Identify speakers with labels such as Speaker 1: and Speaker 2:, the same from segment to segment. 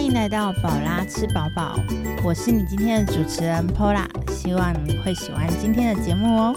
Speaker 1: 迎来到宝拉吃饱饱，我是你今天的主持人 Pola，希望你会喜欢今天的节目哦。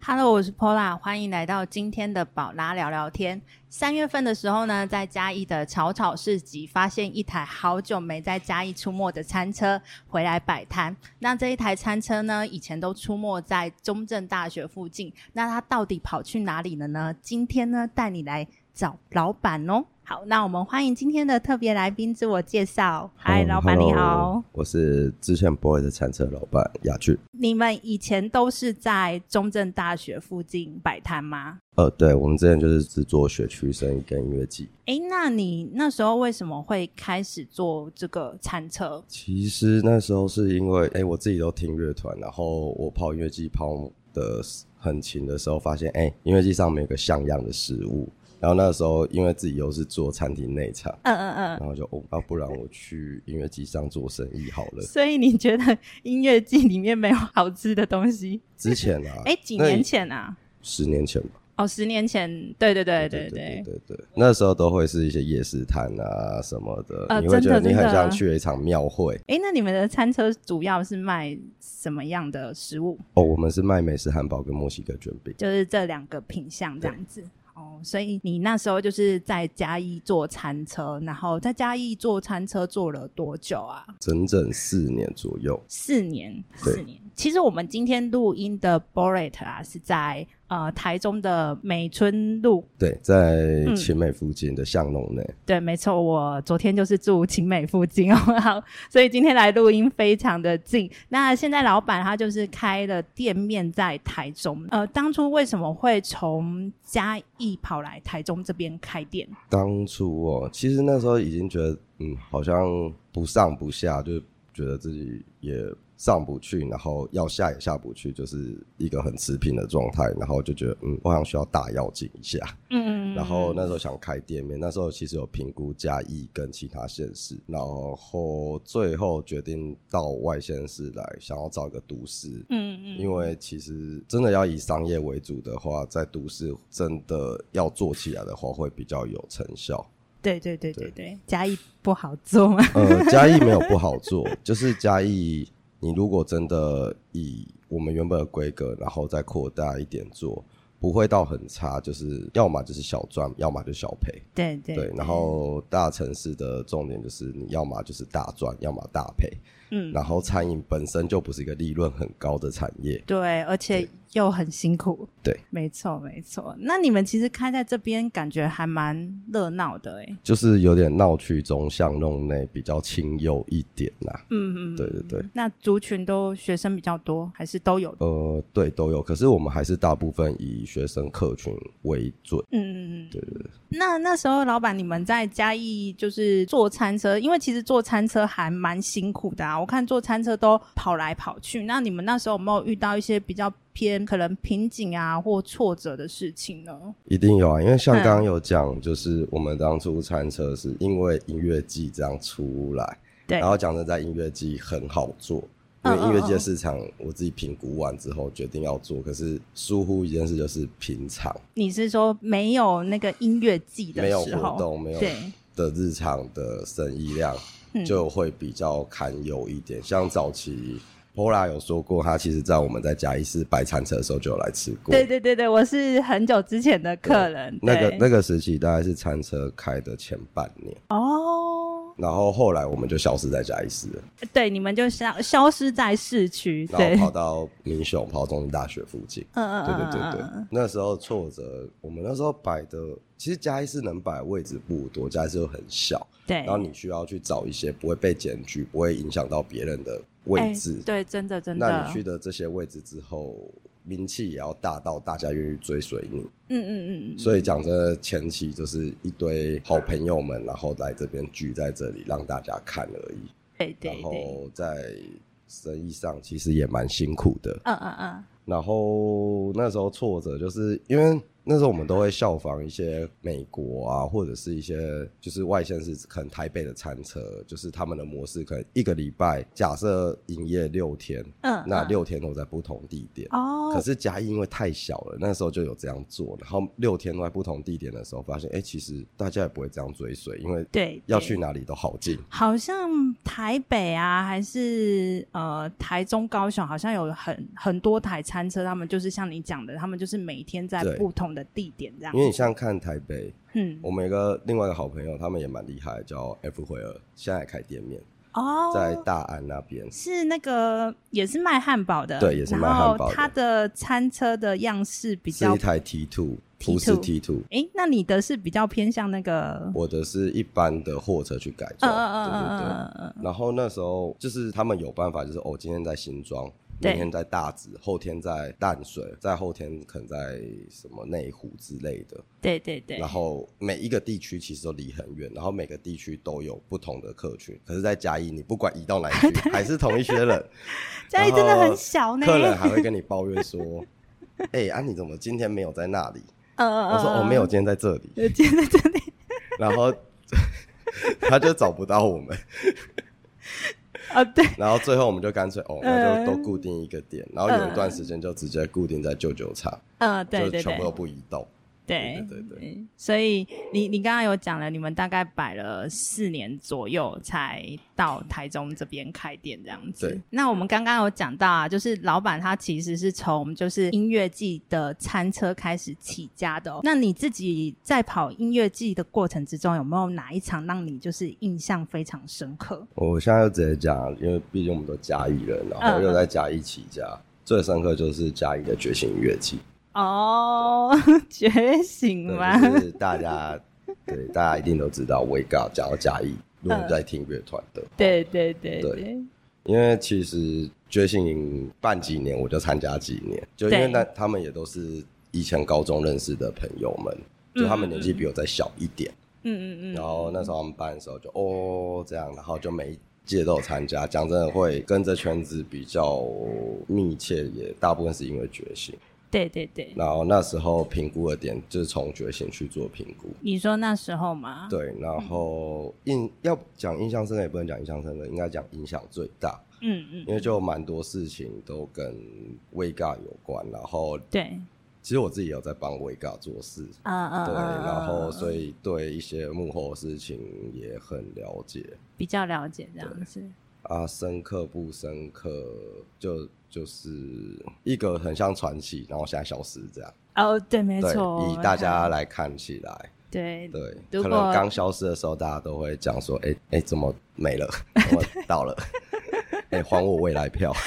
Speaker 1: Hello，我是 Pola，欢迎来到今天的宝拉聊聊天。三月份的时候呢，在嘉义的草草市集发现一台好久没在嘉义出没的餐车回来摆摊。那这一台餐车呢，以前都出没在中正大学附近，那它到底跑去哪里了呢？今天呢，带你来找老板哦。好，那我们欢迎今天的特别来宾自我介绍。嗨，
Speaker 2: 嗯
Speaker 1: 老板你好
Speaker 2: hello，。我是支线 boy 的餐车老板雅俊。
Speaker 1: 你们以前都是在中正大学附近摆摊吗？
Speaker 2: 呃，对，我们之前就是只做学区生意跟音乐季。
Speaker 1: 诶，那你那时候为什么会开始做这个餐车？
Speaker 2: 其实那时候是因为，哎、我自己都听乐团，然后我跑音乐季跑的很勤的时候，发现，哎、音乐季上面有个像样的食物。然后那时候因为自己又是做餐厅内场，
Speaker 1: 嗯嗯
Speaker 2: 然后就哦，那、不然我去音乐季上做生意好了
Speaker 1: 嗯。。所以你觉得 音乐季里面没有好吃的东西？
Speaker 2: 之前啊，
Speaker 1: 诶，几
Speaker 2: 那
Speaker 1: 年前啊？
Speaker 2: 十年前吧。
Speaker 1: 哦，十年前，对对对
Speaker 2: 对
Speaker 1: 对
Speaker 2: 对
Speaker 1: 对，
Speaker 2: 对对，那时候都会是一些夜市摊啊什么的，
Speaker 1: 呃
Speaker 2: 你会觉得
Speaker 1: 真的
Speaker 2: 你很
Speaker 1: 真的
Speaker 2: 像去了一场庙会。
Speaker 1: 诶，那你们的餐车主要是卖什么样的食物？
Speaker 2: 哦，我们是卖美式汉堡跟墨西哥卷饼。
Speaker 1: 就是这两个品相这样子。哦，所以你那时候就是在嘉义做餐车，然后在嘉义做餐车做了多久啊？
Speaker 2: 整整四年左右，
Speaker 1: 四年，
Speaker 2: 对
Speaker 1: 四年。其实我们今天录音的 Borat 啊，是在呃台中的美村路。
Speaker 2: 对，在
Speaker 1: 嗯
Speaker 2: 秦美附近的巷弄内，
Speaker 1: 对，没错，我昨天就是住晴美附近哦， 好，所以今天来录音非常的近。那现在老板他就是开了店面在台中，呃，当初为什么会从嘉义跑来台中这边开店？
Speaker 2: 当初哦，其实那时候已经觉得，嗯，好像不上不下，就觉得自己也上不去，然后要下也下不去，就是一个很持平的状态，然后就觉得，嗯，我好像需要大要进一下。
Speaker 1: 嗯，
Speaker 2: 然后那时候想开店面，那时候其实有评估嘉义跟其他县市，然后最后决定到外县市来，想要找个都市。
Speaker 1: 嗯嗯，
Speaker 2: 因为其实真的要以商业为主的话，在都市真的要做起来的话，会比较有成效。
Speaker 1: 对对对对
Speaker 2: 对
Speaker 1: 对，嘉义不好做嘛，
Speaker 2: 呃，嘉义没有不好做，就是嘉义，你如果真的以我们原本的规格，然后再扩大一点做，不会到很差，就是要么就是小赚，要么就小赔。
Speaker 1: 对对嗯
Speaker 2: 对，然后大城市的重点就是你要么就是大赚，要么大赔。
Speaker 1: 嗯，
Speaker 2: 然后餐饮本身就不是一个利润很高的产业，
Speaker 1: 对，而且又很辛苦。
Speaker 2: 对，
Speaker 1: 没错没错。那你们其实开在这边，感觉还蛮热闹的哎、
Speaker 2: 就是有点闹区中巷弄内比较清幽一点啦。
Speaker 1: 嗯嗯，
Speaker 2: 对对对，
Speaker 1: 那族群都学生比较多，还是都有？
Speaker 2: 呃，对，都有。可是我们还是大部分以学生客群为准。
Speaker 1: 嗯嗯嗯。
Speaker 2: 对对对，
Speaker 1: 那那时候老板，你们在嘉义就是坐餐车，因为其实坐餐车还蛮辛苦的啊。我看坐餐车都跑来跑去，那你们那时候有没有遇到一些比较偏可能瓶颈啊或挫折的事情呢？
Speaker 2: 一定有啊，因为像
Speaker 1: 嗯
Speaker 2: 刚刚有讲，就是我们当初餐车是因为音乐季这样出来，
Speaker 1: 对，
Speaker 2: 然后讲真，在音乐季很好做，因
Speaker 1: 哎嗯
Speaker 2: 为音乐季的市场我自己评估完之后决定要做，可是疏忽一件事就是平常
Speaker 1: 你是说没有那个音乐季的
Speaker 2: 没有
Speaker 1: 时
Speaker 2: 活
Speaker 1: 候，
Speaker 2: 动，没有
Speaker 1: 对，
Speaker 2: 的日常的生意量
Speaker 1: 嗯
Speaker 2: 就会比较堪忧一点。像早期 Pola 有说过，他其实在我们在嘉义市摆餐车的时候就有来吃过，
Speaker 1: 对对对对，我是很久之前的客人，
Speaker 2: 那个
Speaker 1: 对
Speaker 2: 那个时期大概是餐车开的前半年，
Speaker 1: 哦，
Speaker 2: 然后后来我们就消失在嘉义市了，
Speaker 1: 对，你们就消消失在市区，对，
Speaker 2: 然后跑到民雄，跑到中山大学附近。
Speaker 1: 嗯嗯
Speaker 2: 对
Speaker 1: 嗯
Speaker 2: 对对
Speaker 1: 嗯
Speaker 2: 对
Speaker 1: 嗯嗯，，
Speaker 2: 那时候挫折，我们那时候摆的，其实嘉义市能摆的位置不多，嘉义市又很小，
Speaker 1: 嗯对，
Speaker 2: 然后你需要去找一些不会被检举、不会影响到别人的
Speaker 1: 哎
Speaker 2: 位置。
Speaker 1: 对，真的真的，
Speaker 2: 那你去的这些位置之后，名气也要大到大家愿意追随你。
Speaker 1: 嗯嗯嗯嗯，
Speaker 2: 所以讲真的，前期就是一堆好朋友们，然后来这边聚在这里让大家看而已。
Speaker 1: 对对对，
Speaker 2: 然后在生意上其实也蛮辛苦的。
Speaker 1: 嗯嗯嗯，
Speaker 2: 然后那时候挫折，就是因为那时候我们都会效仿一些美国啊，或者是一些就是外县市，可能台北的餐车，就是他们的模式，可能一个礼拜假设营业六天，
Speaker 1: 嗯
Speaker 2: 那
Speaker 1: 嗯
Speaker 2: 六天都在不同地点。可
Speaker 1: 哦，
Speaker 2: 是嘉义因为太小了，那时候就有这样做，然后六天都在不同地点的时候，发现哎、诶其实大家也不会这样追随，因为
Speaker 1: 对，
Speaker 2: 要
Speaker 1: 对
Speaker 2: 去哪里都好近。
Speaker 1: 好像台北啊，还是呃台中、高雄，好像有很很多台餐车，他们就是像你讲的，他们就是每天在
Speaker 2: 对
Speaker 1: 不同的地点这样
Speaker 2: 因。为你像看台北，
Speaker 1: 嗯，
Speaker 2: 我们有一个另外一个好朋友，他们也蛮厉害，叫 F 惠尔，现在也开店面
Speaker 1: 哦，
Speaker 2: 在大安那边。
Speaker 1: 是那个也是卖汉堡的，
Speaker 2: 对也是卖
Speaker 1: 然后
Speaker 2: 汉堡的
Speaker 1: 它的餐车的样式比
Speaker 2: 是
Speaker 1: 较
Speaker 2: 一，台 T two，不是 T two，
Speaker 1: 诶，那你的是比较偏向那个，
Speaker 2: 我的是一般的货车去改
Speaker 1: 嗯
Speaker 2: 装，
Speaker 1: 嗯嗯
Speaker 2: 对
Speaker 1: 嗯
Speaker 2: 对
Speaker 1: 嗯
Speaker 2: 对。
Speaker 1: 嗯嗯，
Speaker 2: 然后那时候就是他们有办法，就是哦，今天在新庄，
Speaker 1: 对
Speaker 2: 明天在大直，后天在淡水，再后天可能在什么内湖之类的。
Speaker 1: 对对对
Speaker 2: 然，后每一个地区其实都离很远，然后每个地区都有不同的客群。可是，在嘉义，你不管移到哪 一区，还是同一些人，
Speaker 1: 嘉义真的很小呢，
Speaker 2: 客人还会跟你抱怨说：“ 哎、啊，你怎么今天没有在那里？”
Speaker 1: 嗯嗯嗯，
Speaker 2: 我说：“哦，没有，今天在这里。”
Speaker 1: 有，今天在这里，
Speaker 2: 然后他就找不到我们，
Speaker 1: 哦对，
Speaker 2: 然后最后我们就干脆哦，那就都固定一个点，然后有
Speaker 1: 嗯
Speaker 2: 一段时间就直接固定在舅舅厂，
Speaker 1: 嗯对
Speaker 2: 就
Speaker 1: 对
Speaker 2: 全
Speaker 1: 对
Speaker 2: 部，都不移动。
Speaker 1: 对
Speaker 2: 对对
Speaker 1: 对，所以你你刚刚有讲了，你们大概摆了四年左右才到台中这边开店这样子
Speaker 2: 对。
Speaker 1: 那我们刚刚有讲到啊，就是老板他其实是从就是音乐季的餐车开始起家的、哦。那你自己在跑音乐季的过程之中，有没有哪一场让你就是印象非常深刻？
Speaker 2: 我现在就直接讲，因为毕竟我们都嘉义人，然
Speaker 1: 嗯
Speaker 2: 后又在嘉义起家，最深刻就是嘉义的觉醒乐器，
Speaker 1: 哦，觉醒吗？
Speaker 2: 对，就是大家对大家一定都知道 Wake Up，讲到嘉义，如果
Speaker 1: 嗯
Speaker 2: 在听乐团的，
Speaker 1: 对对对
Speaker 2: 对因为其实觉醒营办几年，我就参加几年，就因为
Speaker 1: 对
Speaker 2: 那他们也都是以前高中认识的朋友们，就他们年纪比我再小一点，
Speaker 1: 嗯嗯嗯嗯，
Speaker 2: 然后那时候他们办的时候就哦这样，然后就每一届都有参加。讲真的，会跟这圈子比较密切，也大部分是因为觉醒。
Speaker 1: 对对对，
Speaker 2: 然后那时候评估的点就是从觉醒去做评估。
Speaker 1: 你说那时候吗？
Speaker 2: 对，然
Speaker 1: 嗯
Speaker 2: 后印要讲印象深刻，也不能讲印象深刻，应该讲影响最大。
Speaker 1: 嗯嗯，
Speaker 2: 因为就蛮多事情都跟 w e g a 有关，然后
Speaker 1: 对，
Speaker 2: 其实我自己也有在帮 w e g a 做事，
Speaker 1: 嗯嗯，
Speaker 2: 对，然后所
Speaker 1: 以
Speaker 2: 以对一些幕后的事情也很了解
Speaker 1: 比较了解这样子。
Speaker 2: 啊，深刻不深刻，就就是一个很像传奇，然后现在消失这样，
Speaker 1: 哦，对，没
Speaker 2: 对
Speaker 1: 错，，
Speaker 2: 以大家来看起来，
Speaker 1: 对
Speaker 2: 对，
Speaker 1: 如
Speaker 2: 可
Speaker 1: 果
Speaker 2: 能刚消失的时候，大家都会讲说，哎哎，怎么 没了，怎么到了， 哎，还我未来票。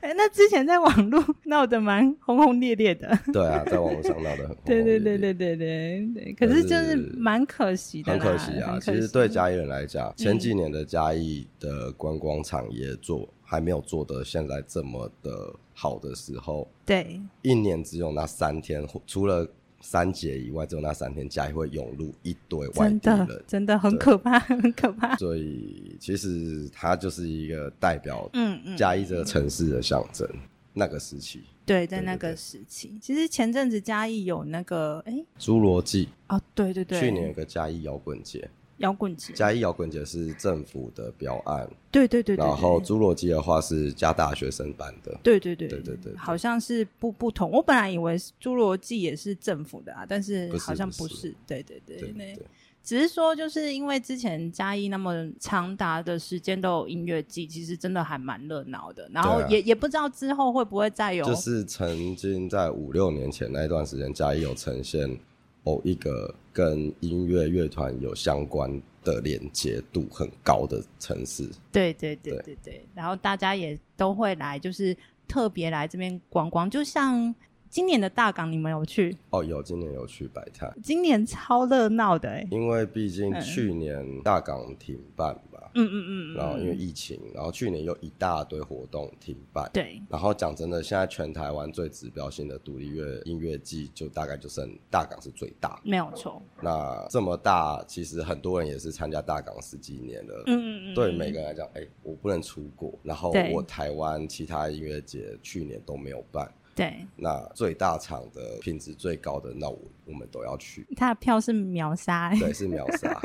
Speaker 1: 哎，那之前在网络闹得蛮轰轰烈烈的，
Speaker 2: 对啊，在网络上闹得很轰轰
Speaker 1: 对对对
Speaker 2: 烈烈
Speaker 1: 对对对对，可
Speaker 2: 可
Speaker 1: 是就是
Speaker 2: 是
Speaker 1: 蛮可惜的
Speaker 2: 呃很
Speaker 1: 啦，
Speaker 2: 可惜啊。
Speaker 1: 很
Speaker 2: 其实对嘉义人来讲，前几年的嘉义的观光产业做还没有做得现在这么的好的时候，
Speaker 1: 对
Speaker 2: 一年只有那三天，或除了三节以外，只有那三天嘉义会涌入一堆外
Speaker 1: 真
Speaker 2: 地
Speaker 1: 的
Speaker 2: 人，
Speaker 1: 真的很
Speaker 2: 对
Speaker 1: 可怕，很可怕。
Speaker 2: 所以其实它就是一个代表
Speaker 1: 嗯嗯，
Speaker 2: 嘉义这个城市的象征。那个时期，
Speaker 1: 对，在
Speaker 2: 对
Speaker 1: 那
Speaker 2: 对
Speaker 1: 个
Speaker 2: 对
Speaker 1: 时期，其实前阵子嘉义有那个，哎，
Speaker 2: 侏罗纪
Speaker 1: 哦，对对对，
Speaker 2: 去年有个嘉义摇滚节，
Speaker 1: 摇滚节，
Speaker 2: 嘉义摇滚节是政府的标案，
Speaker 1: 对对对对，
Speaker 2: 然后
Speaker 1: 对
Speaker 2: 侏罗纪的话是加大学生版的，
Speaker 1: 对对对
Speaker 2: 对对对对
Speaker 1: 好像是不不同。我本来以为侏罗纪也是政府的啊，但是
Speaker 2: 不是
Speaker 1: 好像
Speaker 2: 不
Speaker 1: 不
Speaker 2: 是
Speaker 1: 是。对对对
Speaker 2: 对对，
Speaker 1: 只是说就是因为之前嘉义那么长达的时间都有音乐季，其实真的还蛮热闹的。然后
Speaker 2: 对啊
Speaker 1: 也、也不知道之后会不会再有，
Speaker 2: 就是曾经在五六年前那一段时间，嘉义有呈现某一个跟音乐乐团有相关的连接度很高的城市，
Speaker 1: 对对对
Speaker 2: 对
Speaker 1: 对对。然后大家也都会来，就是特别来这边观光，就像。今年的大港你们有去？
Speaker 2: 哦，有今年有去摆摊，
Speaker 1: 今年超热闹的哎、
Speaker 2: 因为毕竟去年大港停办嘛，啊，
Speaker 1: 嗯嗯嗯，
Speaker 2: 然后因为疫情，然后去年又一大堆活动停办。
Speaker 1: 对，
Speaker 2: 然后讲真的，现在全台湾最指标性的独立乐音乐季，就大概就剩大港是最大。
Speaker 1: 没有错，
Speaker 2: 那这么大，其实很多人也是参加大港十几年了。
Speaker 1: 嗯嗯嗯，
Speaker 2: 对每个人来讲，哎、我不能出国，然后
Speaker 1: 对
Speaker 2: 我台湾其他音乐节去年都没有办，
Speaker 1: 对，
Speaker 2: 那最大场的品质最高的，那我我们都要去，
Speaker 1: 他的票是秒杀、欸，
Speaker 2: 对，是秒 杀，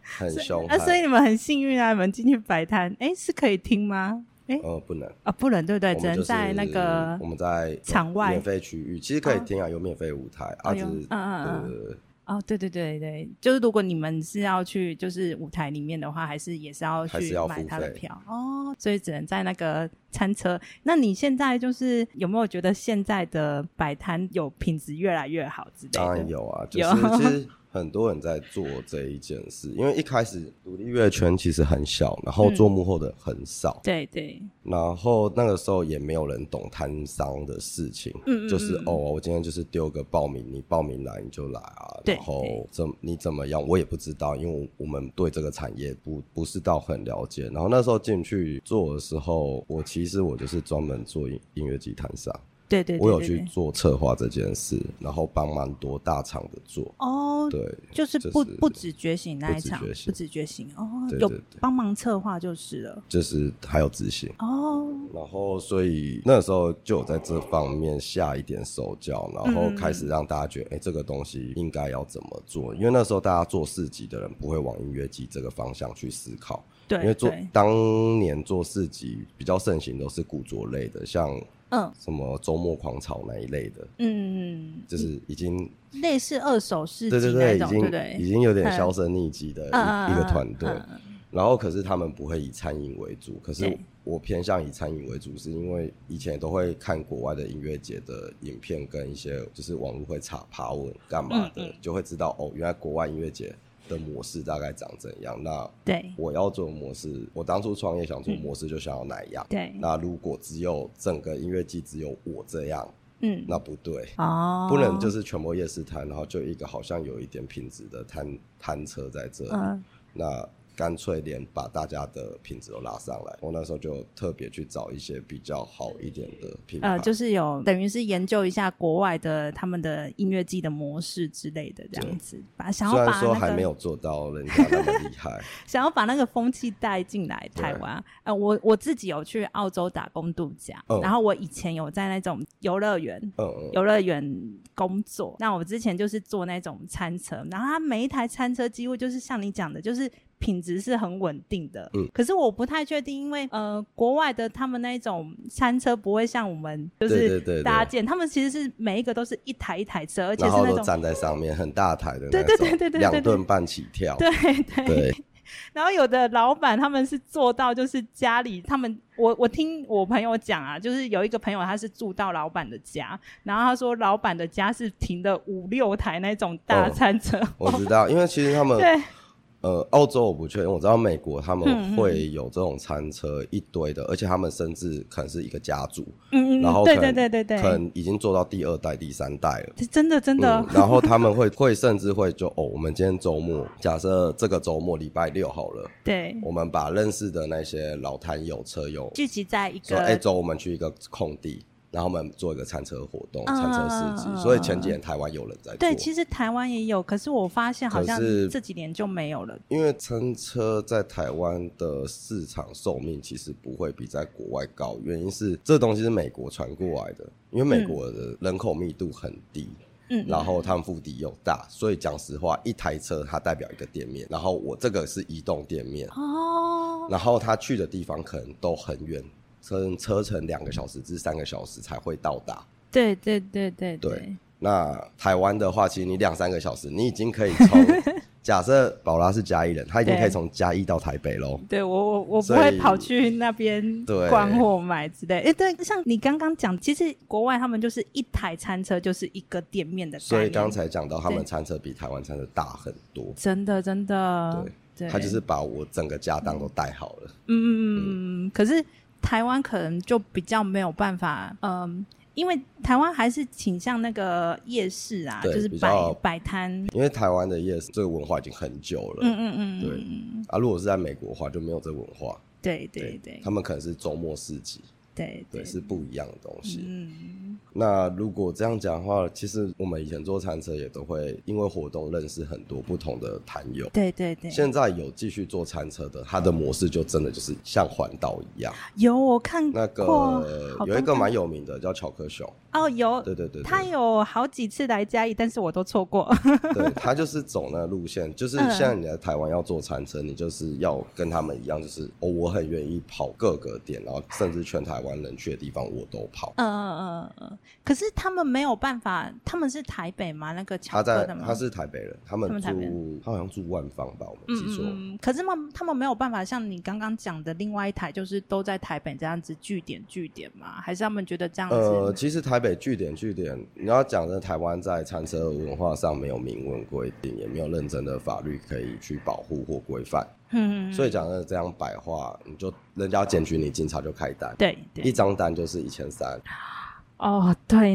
Speaker 2: 很凶
Speaker 1: 啊，
Speaker 2: 悍。
Speaker 1: 所以你们很幸运啊，你们进去摆摊，哎，是可以听吗？哎，
Speaker 2: 呃，不能，
Speaker 1: 啊，不能，对不对？
Speaker 2: 我
Speaker 1: 只
Speaker 2: 们
Speaker 1: 能
Speaker 2: 就是
Speaker 1: 在那个
Speaker 2: 我们在
Speaker 1: 场外
Speaker 2: 免费区域，其实可以听啊，有免费舞台啊，
Speaker 1: 哎
Speaker 2: 只
Speaker 1: 呦
Speaker 2: 是
Speaker 1: 嗯嗯嗯
Speaker 2: 呃
Speaker 1: 哦，对对对对，就是如果你们是要去就是舞台里面的话，还是也是要
Speaker 2: 还是
Speaker 1: 去
Speaker 2: 要
Speaker 1: 买
Speaker 2: 付
Speaker 1: 他的
Speaker 2: 费
Speaker 1: 票哦，所以只能在那个餐车。那你现在就是有没有觉得现在的摆摊有品质越来越好之类的？
Speaker 2: 当然 有啊，就
Speaker 1: 有
Speaker 2: 是其实很多人在做这一件事，因为一开始独立乐圈其实很小，然后
Speaker 1: 嗯
Speaker 2: 做幕后的很少，
Speaker 1: 对对，
Speaker 2: 然后那个时候也没有人懂摊商的事情，
Speaker 1: 嗯嗯
Speaker 2: 就是
Speaker 1: 嗯
Speaker 2: 哦，我今天就是丢个报名，你报名来你就来啊，
Speaker 1: 对
Speaker 2: 然后
Speaker 1: 对
Speaker 2: 怎你怎么样，我也不知道，因为我们对这个产业不不是到很了解。然后那时候进去做的时候，我其实我就是专门做音音乐集摊商，
Speaker 1: 对对对对对，
Speaker 2: 我有去做策划这件事，然后帮蛮多大厂的做，
Speaker 1: 哦，
Speaker 2: 对，
Speaker 1: 就是
Speaker 2: 就
Speaker 1: 不
Speaker 2: 是
Speaker 1: 不止觉醒那
Speaker 2: 不
Speaker 1: 一
Speaker 2: 止
Speaker 1: 场，
Speaker 2: 觉
Speaker 1: 不
Speaker 2: 醒
Speaker 1: 止觉醒哦，
Speaker 2: 对对
Speaker 1: 有
Speaker 2: 对
Speaker 1: 帮忙策划就是了
Speaker 2: 就是还有执行。
Speaker 1: 哦，
Speaker 2: 然后，所以那时候就有在这方面下一点手脚，然后开
Speaker 1: 嗯
Speaker 2: 始让大家觉得，哎、这个东西应该要怎么做？因为那时候大家做市集的人不会往音乐季这个方向去思考，
Speaker 1: 对，
Speaker 2: 因为做
Speaker 1: 对
Speaker 2: 当年做市集比较盛行都是古着类的，像
Speaker 1: 嗯
Speaker 2: 什么周末狂潮那一类的，
Speaker 1: 嗯，
Speaker 2: 就是已经
Speaker 1: 类似二手市集
Speaker 2: 对对
Speaker 1: 那
Speaker 2: 对，已
Speaker 1: 种，对
Speaker 2: 经
Speaker 1: 不对？
Speaker 2: 已经有点销声匿迹的一、
Speaker 1: 嗯
Speaker 2: 一个团队。
Speaker 1: 嗯嗯嗯
Speaker 2: 然后可是他们不会以餐饮为主，可是
Speaker 1: 对
Speaker 2: 我偏向以餐饮为主，是因为以前都会看国外的音乐节的影片跟一些就是网络会查爬文干嘛的，
Speaker 1: 嗯嗯
Speaker 2: 就会知道哦，原来国外音乐节的模式大概长怎样。那
Speaker 1: 对
Speaker 2: 我要做模式，我当初创业想做模式就想要哪样？
Speaker 1: 对，
Speaker 2: 那如果只有整个音乐季只有我这样，
Speaker 1: 嗯，
Speaker 2: 那不对。
Speaker 1: 哦，
Speaker 2: 不能就是全部夜市摊，然后就一个好像有一点品质的摊摊车在这里，
Speaker 1: 嗯
Speaker 2: 那干脆连把大家的品质都拉上来。我那时候就特别去找一些比较好一点的品牌，
Speaker 1: 呃，就是有等于是研究一下国外的他们的音乐季的模式之类的这样子，把想
Speaker 2: 虽
Speaker 1: 要
Speaker 2: 然
Speaker 1: 把
Speaker 2: 说
Speaker 1: 那
Speaker 2: 还
Speaker 1: 个
Speaker 2: 没有做到人家那么厉 害，
Speaker 1: 想要把那个风气带进来
Speaker 2: 对
Speaker 1: 台湾。呃，我我自己有去澳洲打工度假，
Speaker 2: 嗯
Speaker 1: 然后我以前有在那种游乐园。
Speaker 2: 嗯嗯，
Speaker 1: 游乐园工作，那我之前就是坐那种餐车，然后它每一台餐车几乎就是像你讲的，就是品质是很稳定的。
Speaker 2: 嗯，
Speaker 1: 可是我不太确定，因为呃，国外的他们那种餐车不会像我们就
Speaker 2: 对对
Speaker 1: 是
Speaker 2: 对对
Speaker 1: 搭建，他们其实是每一个都是一台一台车，而且
Speaker 2: 然
Speaker 1: 是
Speaker 2: 后
Speaker 1: 那
Speaker 2: 都
Speaker 1: 种
Speaker 2: 站在上面很大台的
Speaker 1: 对
Speaker 2: 那
Speaker 1: 对
Speaker 2: 种
Speaker 1: 对对对，对
Speaker 2: 两吨半起跳，
Speaker 1: 对对
Speaker 2: 对
Speaker 1: 然后有的老板他们是做到，就是家里他们，我我听我朋友讲啊，就是有一个朋友他是住到老板的家，然后他说老板的家是停了五六台那种
Speaker 2: 哦
Speaker 1: 大餐车，
Speaker 2: 我知道，因为其实他们
Speaker 1: 对
Speaker 2: 呃，澳洲我不确定，我知道美国他
Speaker 1: 嗯嗯
Speaker 2: 们会有这种餐车一堆的，而且他们甚至可能是一个家族，
Speaker 1: 嗯嗯，
Speaker 2: 然后
Speaker 1: 对
Speaker 2: 可
Speaker 1: 对
Speaker 2: 能
Speaker 1: 对对对，
Speaker 2: 可能已经做到第二代、第三代了。
Speaker 1: 这真的真的，
Speaker 2: 嗯，然后他们会会甚至会就哦，我们今天周末，假设这个周末礼拜六好了，
Speaker 1: 对，
Speaker 2: 我们把认识的那些老摊友、车友
Speaker 1: 聚集在一
Speaker 2: 说，
Speaker 1: 个，
Speaker 2: 哎、走，我们去一个空地，然后我们做一个餐车活动、
Speaker 1: 嗯
Speaker 2: 餐车市
Speaker 1: 嗯嗯
Speaker 2: 集。所以前几年台湾有人在做，
Speaker 1: 对，其实台湾也有，可是我发现好像
Speaker 2: 可是
Speaker 1: 这几年就没有了，
Speaker 2: 因为餐车在台湾的市场寿命其实不会比在国外高，原因是这东西是美国传过来的，因为美国的人口密度很低，
Speaker 1: 嗯，
Speaker 2: 然后他们腹地又大，所以讲实话，一台车它代表一个店面，然后我这个是移动店面，
Speaker 1: 哦，
Speaker 2: 然后他去的地方可能都很远，车车程两个小时至三个小时才会到达。
Speaker 1: 对对对对
Speaker 2: 对
Speaker 1: 对，
Speaker 2: 那台湾的话，其实你两三个小时，你已经可 以从假设宝拉是嘉义人，他已经可以
Speaker 1: 对
Speaker 2: 从嘉义到台北喽。
Speaker 1: 对我我我不
Speaker 2: 所以
Speaker 1: 会跑去那边
Speaker 2: 对
Speaker 1: 逛或买之类。哎，对，像你刚刚讲，其实国外他们就是一台餐车就是一个店面的概念，
Speaker 2: 所以刚才讲到他
Speaker 1: 对
Speaker 2: 们餐车比台湾餐车大很多，
Speaker 1: 真的真的，对，
Speaker 2: 他就是把我整个家当都带好了。
Speaker 1: 嗯嗯嗯嗯嗯，可是台湾可能就比较没有办法，嗯。因为台湾还是倾向那个夜市啊，
Speaker 2: 对
Speaker 1: 就是
Speaker 2: 比
Speaker 1: 摆
Speaker 2: 较
Speaker 1: 摆摊。
Speaker 2: 因为台湾的夜市这个文化已经很久了，
Speaker 1: 嗯嗯嗯，
Speaker 2: 对
Speaker 1: 嗯
Speaker 2: 啊，如果是在美国的话就没有这文化，
Speaker 1: 对对对
Speaker 2: 他们可能是周末市集，
Speaker 1: 对
Speaker 2: 对，是不一样的东西。
Speaker 1: 嗯
Speaker 2: 那如果这样讲的话，其实我们以前做餐车也都会因为活动认识很多不同的摊友。
Speaker 1: 对对对，
Speaker 2: 现在有继续做餐车的，它的模式就真的就是像环岛一样。
Speaker 1: 有我看过
Speaker 2: 那个
Speaker 1: 好
Speaker 2: 有一
Speaker 1: 棒
Speaker 2: 个
Speaker 1: 棒啊
Speaker 2: 蛮有名的叫巧克熊，
Speaker 1: 哦有，
Speaker 2: 对对对
Speaker 1: 他
Speaker 2: 对，
Speaker 1: 有好几次来嘉义，但是我都错 过。
Speaker 2: 对他就是走那路线，就是
Speaker 1: 嗯
Speaker 2: 现在你在台湾要做餐车，你就是要跟他们一样，就是哦，我很愿意跑各个点，然后甚至全台湾能去的地方我都跑。
Speaker 1: 嗯嗯嗯嗯，可是他们没有办法，他们是台北吗？那个
Speaker 2: 他
Speaker 1: 乔哥
Speaker 2: 在
Speaker 1: 的吗？
Speaker 2: 他是台北人，他
Speaker 1: 他
Speaker 2: 们
Speaker 1: 们台北
Speaker 2: 住他好像住万方吧，我没
Speaker 1: 嗯
Speaker 2: 记错。
Speaker 1: 嗯嗯，可是嘛，他们没有办法像你刚刚讲的另外一台，就是都在台北这样子据点据点嘛？还是他们觉得这样子？
Speaker 2: 呃，其实台北据点据点，你要讲的台湾在餐车文化上没有明文规定，也没有认真的法律可以去保护或规范，
Speaker 1: 嗯，
Speaker 2: 所
Speaker 1: 以
Speaker 2: 以讲的这样白话，你就人家检举你，警察就开单，
Speaker 1: 对
Speaker 2: 一
Speaker 1: 对，
Speaker 2: 张单就是一千三，
Speaker 1: 哦对
Speaker 2: 对，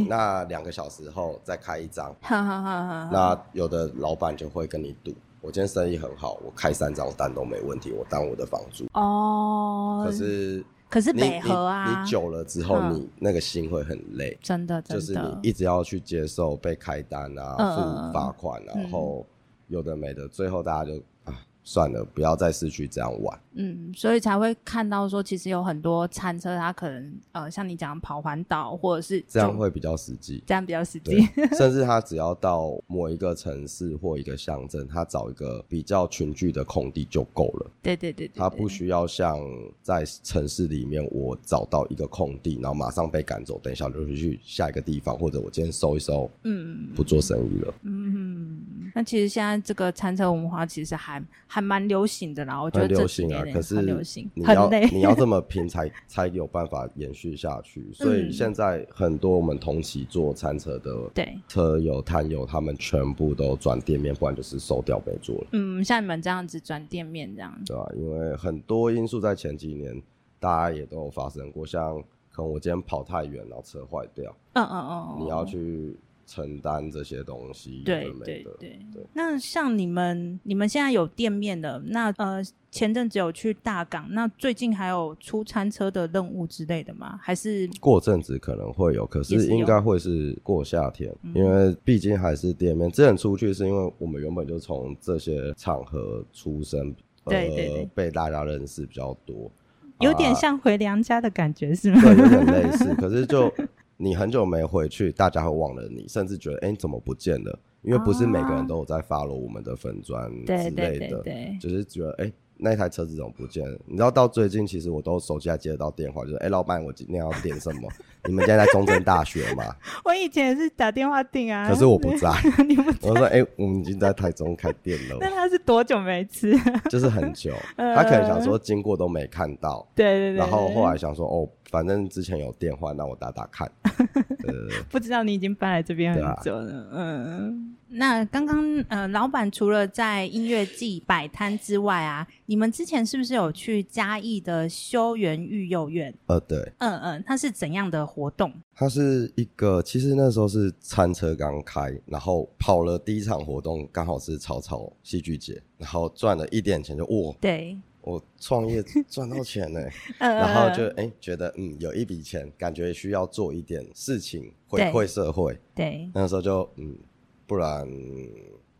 Speaker 1: 呢，
Speaker 2: 那两个小时后再开一张，
Speaker 1: 哈哈哈哈，
Speaker 2: 那有的老板就会跟你赌，我今天生意很好，我开三张单都没问题，我当我的房租，
Speaker 1: 哦，
Speaker 2: 可是
Speaker 1: 可是
Speaker 2: 你
Speaker 1: 北河啊，
Speaker 2: 你你久了之后，
Speaker 1: 嗯
Speaker 2: 你那个心会很累。
Speaker 1: 真的真的
Speaker 2: 就是你一直要去接受被开单啊、
Speaker 1: 嗯
Speaker 2: 付罚款，啊
Speaker 1: 嗯
Speaker 2: 然后有的没的，最后大家就啊算了，不要在市区这样玩。
Speaker 1: 嗯，所以才会看到说，其实有很多餐车，它可能呃，像你讲跑环岛，或者是
Speaker 2: 这样
Speaker 1: 就
Speaker 2: 会比较 实际。
Speaker 1: 这样比较实
Speaker 2: 对
Speaker 1: 际。，
Speaker 2: 甚至他只要到某一个城市或一个乡镇，他找一个比较群聚的空地就够了。
Speaker 1: 对对对对，
Speaker 2: 他
Speaker 1: 对
Speaker 2: 不需要像在城市里面，我找到一个空地，然后马上被赶走，等一下就去下一个地方，或者我今天收一收，
Speaker 1: 嗯
Speaker 2: 不做生意了。
Speaker 1: 嗯，那其实现在这个餐车文化其实还还蛮流行的啦，我觉得
Speaker 2: 很
Speaker 1: 这
Speaker 2: 流
Speaker 1: 几
Speaker 2: 行啊
Speaker 1: 年，
Speaker 2: 可是
Speaker 1: 很流行，
Speaker 2: 你要
Speaker 1: 很累。
Speaker 2: 你要这么拼才才有办法延续下去。所以现在很多我们同期做餐车 的
Speaker 1: 嗯对，
Speaker 2: 车友、摊友，他们全部都转店面，不然就是收掉没做了，
Speaker 1: 嗯，像你们这样子转店面这样，
Speaker 2: 对吧、因为很多因素在前几年大家也都有发生过，像可能我今天跑太远，然后车坏掉，
Speaker 1: 嗯嗯嗯，
Speaker 2: 你要
Speaker 1: 嗯
Speaker 2: 去承担这些东西，
Speaker 1: 对
Speaker 2: 有的没
Speaker 1: 对
Speaker 2: 的
Speaker 1: 对
Speaker 2: 对。
Speaker 1: 那像你们，你们现在有店面的，那呃，前阵子有去大港，那最近还有出餐车的任务之类的吗？还是
Speaker 2: 过阵子可能会有，可
Speaker 1: 也
Speaker 2: 是
Speaker 1: 是有嗯
Speaker 2: 应该会是过夏天，因为毕竟还是店面。之前出去是因为我们原本就从这些场合出身，呃，
Speaker 1: 对对对
Speaker 2: 被大家认识比较多，
Speaker 1: 有点
Speaker 2: 啊
Speaker 1: 像回娘家的感觉，是吗？
Speaker 2: 对，有点类似。可是就你很久没回去，大家会忘了你，甚至觉得哎、你怎么不见了？因为不是每个人都有在 follow 我们的粉砖之
Speaker 1: 啊对
Speaker 2: 类的，
Speaker 1: 对对对，
Speaker 2: 只是觉得哎、那一台车子怎么不见了？你知道到最近，其实我都手机还接得到电话，就是哎、老板，我今天要点什么？ 你们现在在中正大 学嘛？
Speaker 1: 我以前也是打电话订啊，
Speaker 2: 可是我不在。
Speaker 1: 你不，
Speaker 2: 我说哎、我们已经在台中开店
Speaker 1: 那
Speaker 2: 了，
Speaker 1: 他是多久没吃？
Speaker 2: 就是很 久。他可能想说经过都没看到，
Speaker 1: 对嗯对对，
Speaker 2: 然后后
Speaker 1: 对
Speaker 2: 来想说哦，反正之前有电话，那我打打看。呃，
Speaker 1: 不知道你已经搬来这边
Speaker 2: 对啊
Speaker 1: 很久了，嗯。那刚刚呃，老板除了在音乐季摆摊之外啊，你们之前是不是有去嘉义的修园育幼院？
Speaker 2: 呃，对，
Speaker 1: 嗯嗯，它是怎样的活动？
Speaker 2: 它是一个，其实那时候是餐车刚开，然后跑了第一场活动，刚好是草草戏剧节，然后赚了一点钱就，哇，
Speaker 1: 对，
Speaker 2: 我创业赚到钱 呢、
Speaker 1: 呃，
Speaker 2: 然后就哎、觉得嗯有一笔钱，感觉需要做一点事情回
Speaker 1: 对
Speaker 2: 馈社会，
Speaker 1: 对，
Speaker 2: 那时候就嗯，不然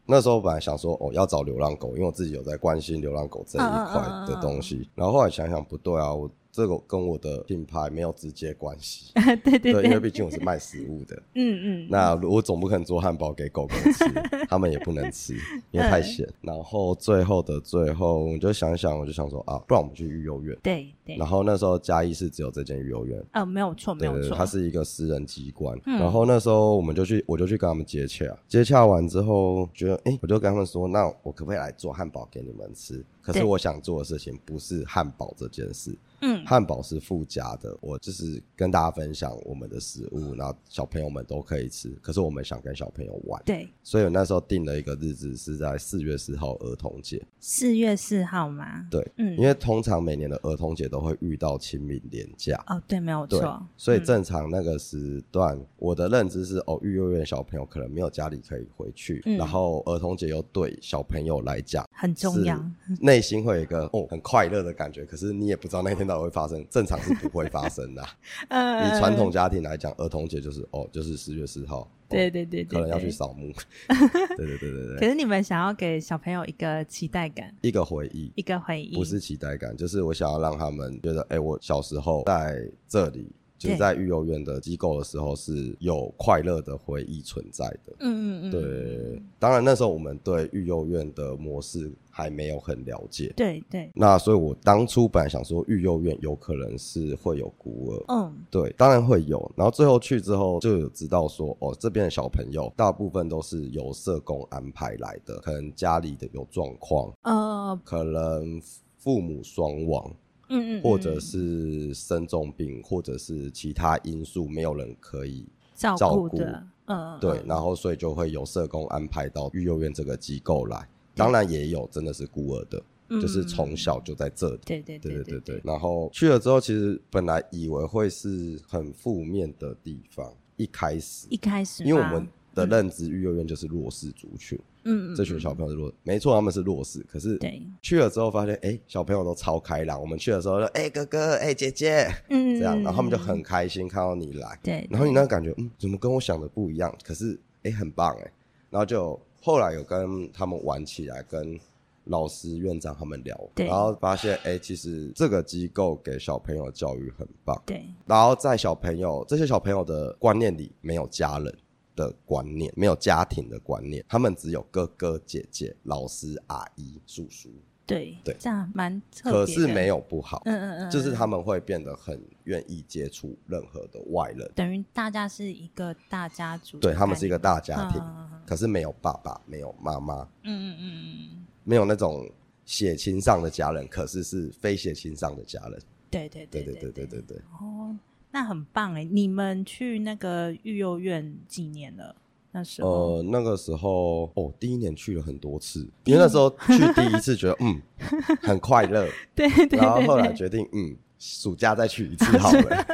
Speaker 2: 那时候本来想说哦要找流浪狗，因为我自己有在关心流浪狗
Speaker 1: 嗯
Speaker 2: 这一块的东西。然后后来想想不对啊，我这个跟我的品牌没有直接关系，
Speaker 1: 对 对
Speaker 2: 对，因
Speaker 1: 对，
Speaker 2: 为毕竟我是卖食物的。
Speaker 1: 嗯嗯，
Speaker 2: 那我总不可能做汉堡给狗狗吃，它们也不能吃，因为
Speaker 1: 嗯
Speaker 2: 太咸。然后最后的最后，我就想一想，我就想说啊，不然我们去育幼院。
Speaker 1: 对对
Speaker 2: 然，后那时候嘉义是只有这间育幼院，
Speaker 1: 呃，没有错，没
Speaker 2: 对
Speaker 1: 有
Speaker 2: 对，
Speaker 1: 错，
Speaker 2: 它是一个私人机关。
Speaker 1: 嗯
Speaker 2: 然后那时候我们就去，我就去跟他们接洽，接洽完之后，觉得哎、诶我就跟他们说，那我可不可以来做汉堡给你们吃？可是
Speaker 1: 对
Speaker 2: 我想做的事情不是汉堡这件事，
Speaker 1: 嗯
Speaker 2: 汉堡是附加的，我就是跟大家分享我们的食物，然后小朋友们都可以吃。可是我们想跟小朋友玩，
Speaker 1: 对，
Speaker 2: 所以我那时候定了一个日子是在四月四号儿童节。
Speaker 1: 四月四号嘛，
Speaker 2: 对，
Speaker 1: 嗯
Speaker 2: 因为通常每年的儿童节都会遇到清明连假。
Speaker 1: 哦，对，没有
Speaker 2: 对
Speaker 1: 错，，
Speaker 2: 所以正常那个时段，我的认知是哦，育幼院小朋友可能没有家里可以回去，
Speaker 1: 嗯
Speaker 2: 然后儿童节又对小朋友来讲
Speaker 1: 很重要。
Speaker 2: 是内心会有一个哦很快乐的感觉，可是你也不知道那天到底会发生，正常是不会发生的啊。
Speaker 1: 呃
Speaker 2: 以传统家庭来讲，儿童节就是哦，就是四月四号，
Speaker 1: 对
Speaker 2: 哦，
Speaker 1: 对对对，
Speaker 2: 可能要
Speaker 1: 对
Speaker 2: 去扫墓。对对对对
Speaker 1: 可
Speaker 2: 对，
Speaker 1: 是你们想要给小朋友一个期待感，
Speaker 2: 一个回忆，
Speaker 1: 一个回忆，
Speaker 2: 不是期待感，就是我想要让他们觉得，哎、我小时候在这里，就是
Speaker 1: 对
Speaker 2: 在育幼院的机构的时候是有快乐的回忆存在的。
Speaker 1: 嗯，嗯嗯，
Speaker 2: 对，当然那时候我们对育幼院的模式还没有很了解，
Speaker 1: 对对，
Speaker 2: 那所以我当初本来想说育幼院有可能是会有孤儿，
Speaker 1: 嗯，
Speaker 2: 对，当然会有。然后最后去之后就有知道说，哦，这边的小朋友大部分都是由社工安排来的，可能家里的有状况，
Speaker 1: 呃，
Speaker 2: 可能父母双亡，
Speaker 1: 嗯嗯，
Speaker 2: 或者
Speaker 1: 嗯
Speaker 2: 是生重病，或者是其他因素没有人可以。
Speaker 1: 照
Speaker 2: 照
Speaker 1: 顾
Speaker 2: 顾
Speaker 1: 的，嗯，嗯
Speaker 2: 对，
Speaker 1: 嗯
Speaker 2: 然后所以就会有社工安排到育幼院这个机构来。当然也有真的是孤儿的，就是
Speaker 1: 嗯
Speaker 2: 从小就在这里。
Speaker 1: 对对
Speaker 2: 对
Speaker 1: 对
Speaker 2: 对对对
Speaker 1: 对，，
Speaker 2: 然后去了之后，其实本来以为会是很负面的地方，一开始，
Speaker 1: 一开始
Speaker 2: 因为我
Speaker 1: 吧
Speaker 2: 们的认知，育幼院就是弱势族群，
Speaker 1: 嗯嗯
Speaker 2: 这群
Speaker 1: 嗯
Speaker 2: 小朋友是弱，没错，他们是弱势，可是
Speaker 1: 对
Speaker 2: 去了之后发现，哎，小朋友都超开朗，我们去的时候说，哎，哥哥，哎，姐姐，
Speaker 1: 嗯
Speaker 2: 这样，然后他们
Speaker 1: 嗯
Speaker 2: 就很开心看到你来，
Speaker 1: 对，
Speaker 2: 然后你
Speaker 1: 对
Speaker 2: 那个感觉，嗯，怎么跟我想的不一样？可是，哎、很棒哎、然后就后来有跟他们玩起来，跟老师、院长他们聊，
Speaker 1: 对
Speaker 2: 然后发现，哎、其实这个机构给小朋友的教育很棒。
Speaker 1: 对
Speaker 2: 然后在小朋友这些小朋友的观念里，没有家人的观念，没有家庭的观念，他们只有哥哥、姐姐、老师、阿姨、叔叔，
Speaker 1: 对
Speaker 2: 对
Speaker 1: 这样蛮特
Speaker 2: 可
Speaker 1: 别
Speaker 2: 是
Speaker 1: 的
Speaker 2: 没，有不好，
Speaker 1: 嗯嗯嗯，
Speaker 2: 就是
Speaker 1: 嗯
Speaker 2: 他们会变得很愿意接触任何的外人。
Speaker 1: 等于大家是一个大家族的概念，
Speaker 2: 对他们是一个大家庭，
Speaker 1: 嗯
Speaker 2: 可是没有爸爸，没有妈妈，
Speaker 1: 嗯嗯嗯嗯，
Speaker 2: 没有那种血亲上的家人，可是是非血亲上的家人。
Speaker 1: 对对
Speaker 2: 对对
Speaker 1: 对
Speaker 2: 对对对对，
Speaker 1: 哦，那很棒哎！你们去那个育幼院几年了？那时候、
Speaker 2: 呃，那个时候哦，第一年去了很多次，因为那时候去第一次觉得嗯很快乐，
Speaker 1: 对对 对
Speaker 2: 然后后来
Speaker 1: 对，
Speaker 2: 决定嗯暑假再去一次好了，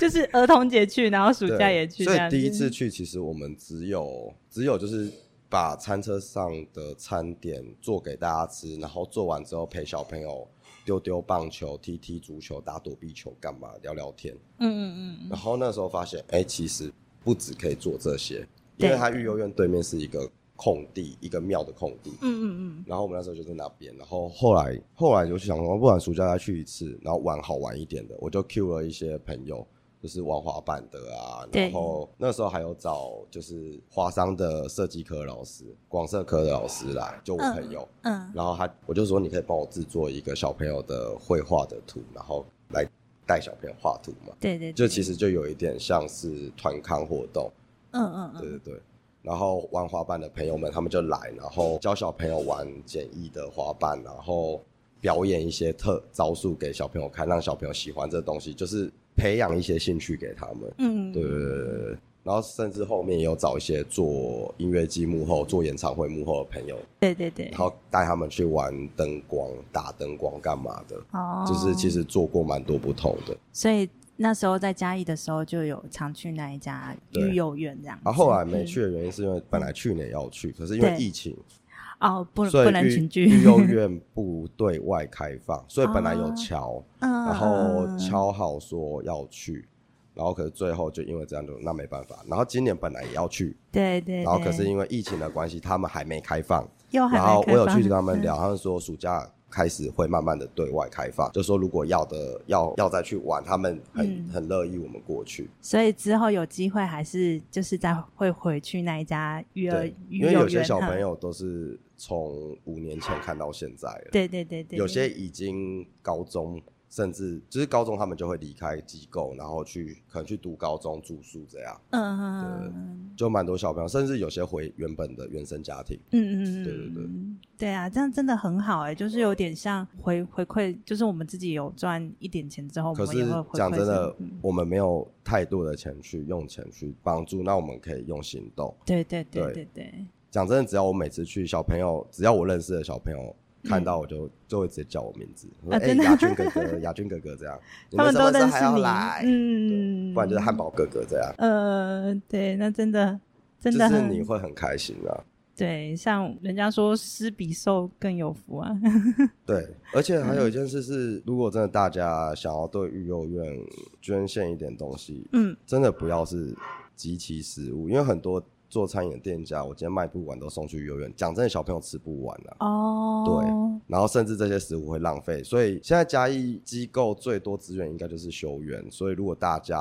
Speaker 1: 就是儿童节去，然后暑
Speaker 2: 对
Speaker 1: 假也去，
Speaker 2: 所
Speaker 1: 这样
Speaker 2: 以
Speaker 1: 子
Speaker 2: 第一次去其实我们只有只有就是。把餐车上的餐点做给大家吃，然后做完之后陪小朋友丢丢棒球、踢踢足球、打躲避球，干嘛聊聊天。
Speaker 1: 嗯嗯嗯，
Speaker 2: 然后那时候发现，哎、其实不止可以做这些，
Speaker 1: 对
Speaker 2: 因为它育幼院对面是一个空地，一个庙的空地。
Speaker 1: 嗯嗯嗯，
Speaker 2: 然后我们那时候就在那边，然后后来后来就想说，不然暑假再去一次，然后玩好玩一点的，我就 Q 了一些朋友，就是玩滑板的啊，
Speaker 1: 对
Speaker 2: 然后那时候还有找就是华商的设计科老师、广设科的老师来，就我朋友，
Speaker 1: 嗯，
Speaker 2: 然后他我就说你可以帮我制作一个小朋友的绘画的图，然后来带小朋友画图嘛。
Speaker 1: 对对，
Speaker 2: 就
Speaker 1: 对
Speaker 2: 其实就有一点像是团康活动，
Speaker 1: 嗯嗯
Speaker 2: 对对
Speaker 1: 嗯，
Speaker 2: 对。然后玩滑板的朋友们，他们就来，然后教小朋友玩简易的滑板，然后表演一些特招数给小朋友看，让小朋友喜欢这东西，就是培养一些兴趣给他们。
Speaker 1: 嗯，
Speaker 2: 对对对对对。然后甚至后面也有找一些做音乐季幕后、做演唱会幕后的朋友，
Speaker 1: 对对对
Speaker 2: 然，后带他们去玩灯光、打灯光干嘛的，
Speaker 1: 哦，
Speaker 2: 就是其，实做过蛮多不同的。
Speaker 1: 所以那时候在嘉义的时候就有常去那一家
Speaker 2: 对啊
Speaker 1: 育幼院这样子。
Speaker 2: 然后后来没
Speaker 1: 嗯
Speaker 2: 去的原因是因为本来去年要去，可是因为
Speaker 1: 对
Speaker 2: 疫情，
Speaker 1: 哦，不
Speaker 2: 所以
Speaker 1: 不能
Speaker 2: 育
Speaker 1: 群
Speaker 2: 育
Speaker 1: 聚，
Speaker 2: 幼 院不对外开放，所以本来有敲，
Speaker 1: 嗯，
Speaker 2: 然后
Speaker 1: 嗯，
Speaker 2: 敲好说要去，然后可是最后就因为这样就那没办法。然后今年本来也要去，
Speaker 1: 对对，
Speaker 2: 然后可是
Speaker 1: 对
Speaker 2: 因为疫情的关系，他们还没开放。
Speaker 1: 又还
Speaker 2: 然后
Speaker 1: 没
Speaker 2: 我
Speaker 1: 开
Speaker 2: 有
Speaker 1: 放
Speaker 2: 去跟他们
Speaker 1: 嗯
Speaker 2: 聊，他们说暑假开始会慢慢的对外开放，就说如果要的要要再去玩，他们很
Speaker 1: 嗯
Speaker 2: 很乐意我们过去。
Speaker 1: 所以之后有机会还是就是再会回去那一家育儿
Speaker 2: 对，
Speaker 1: 育
Speaker 2: 因为有
Speaker 1: 幼
Speaker 2: 些
Speaker 1: 园
Speaker 2: 小
Speaker 1: 哈
Speaker 2: 朋，友都是从五年前看到现在了，
Speaker 1: 对对对对，
Speaker 2: 有些已经高中，甚至就是高中他们就会离开机构，然后去可能去读高中住宿这样，
Speaker 1: 嗯嗯嗯
Speaker 2: 就蛮多小朋友，甚至有些回原本的原生家庭。
Speaker 1: 嗯嗯嗯，
Speaker 2: 对对对
Speaker 1: 嗯对啊，这样真的很好哎、就是有点像回回馈，就是我们自己有赚一点钱之后，
Speaker 2: 可
Speaker 1: 哦我们也
Speaker 2: 是
Speaker 1: 会回馈
Speaker 2: 讲真的
Speaker 1: 给你嗯，
Speaker 2: 我们没有太多的钱去用钱去帮助，那我们可以用行动。
Speaker 1: 对对对
Speaker 2: 对
Speaker 1: 对对，
Speaker 2: 讲真的，只要我每次去小朋友，只要我认识的小朋友看到我就、就会直接叫我名字，说
Speaker 1: 嗯啊
Speaker 2: 哎、
Speaker 1: 真的
Speaker 2: 亚军哥哥，亚军哥哥这样，你
Speaker 1: 他们
Speaker 2: 什
Speaker 1: 都
Speaker 2: 么时
Speaker 1: 认
Speaker 2: 候
Speaker 1: 识
Speaker 2: 还要
Speaker 1: 你
Speaker 2: 来，，
Speaker 1: 嗯，
Speaker 2: 不然就是汉堡哥哥这样，
Speaker 1: 呃，对，那真的真
Speaker 2: 就
Speaker 1: 的
Speaker 2: 是
Speaker 1: 很
Speaker 2: 你会很开心啊。
Speaker 1: 对，像人家说施比受更有福啊，
Speaker 2: 对，而且还有一件事是，如果真的大家想要对育幼院捐献一点东西，
Speaker 1: 嗯，
Speaker 2: 真的不要是集齐食物，因为很多做餐饮的店家，我今天卖不完都送去育幼院，讲真的，小朋友吃不完啊。
Speaker 1: 哦，
Speaker 2: 然后甚至这些食物会浪费，所以现在嘉义机构最多资源应该就是修园，所以如果大家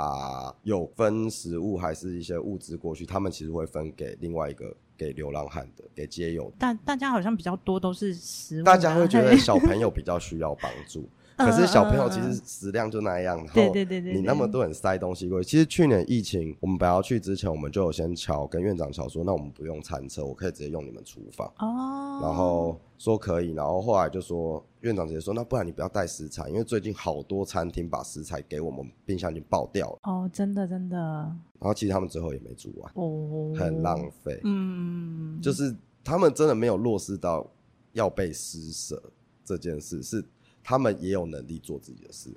Speaker 2: 有分食物还是一些物资过去，他们其实会分给另外一个给流浪汉的，给街友的。
Speaker 1: 大大家好像比较多都是食物啊，
Speaker 2: 大家会觉得
Speaker 1: 嘿
Speaker 2: 小朋友比较需要帮助，
Speaker 1: 嗯
Speaker 2: 可是小朋友
Speaker 1: 嗯
Speaker 2: 其实食量就那样，然
Speaker 1: 对
Speaker 2: 后
Speaker 1: 对对对，
Speaker 2: 你
Speaker 1: 对
Speaker 2: 那么多人塞东西过去。其实去年疫情，我们本来要去之前，我们就有先敲跟院长敲说，那我们不用餐车，我可以直接用你们厨房。
Speaker 1: 哦，
Speaker 2: 然后说可以，然后后来就说院长直接说，那不然你不要带食材，因为最近好多餐厅把食材给我们，冰箱已经爆掉了，
Speaker 1: 哦，真的真的
Speaker 2: 然后其实他们最后也没煮完，
Speaker 1: 哦，
Speaker 2: 很浪费，
Speaker 1: 嗯，
Speaker 2: 就是他们真的没有落实到要被施舍这件事，是他们也有能力做自己的事，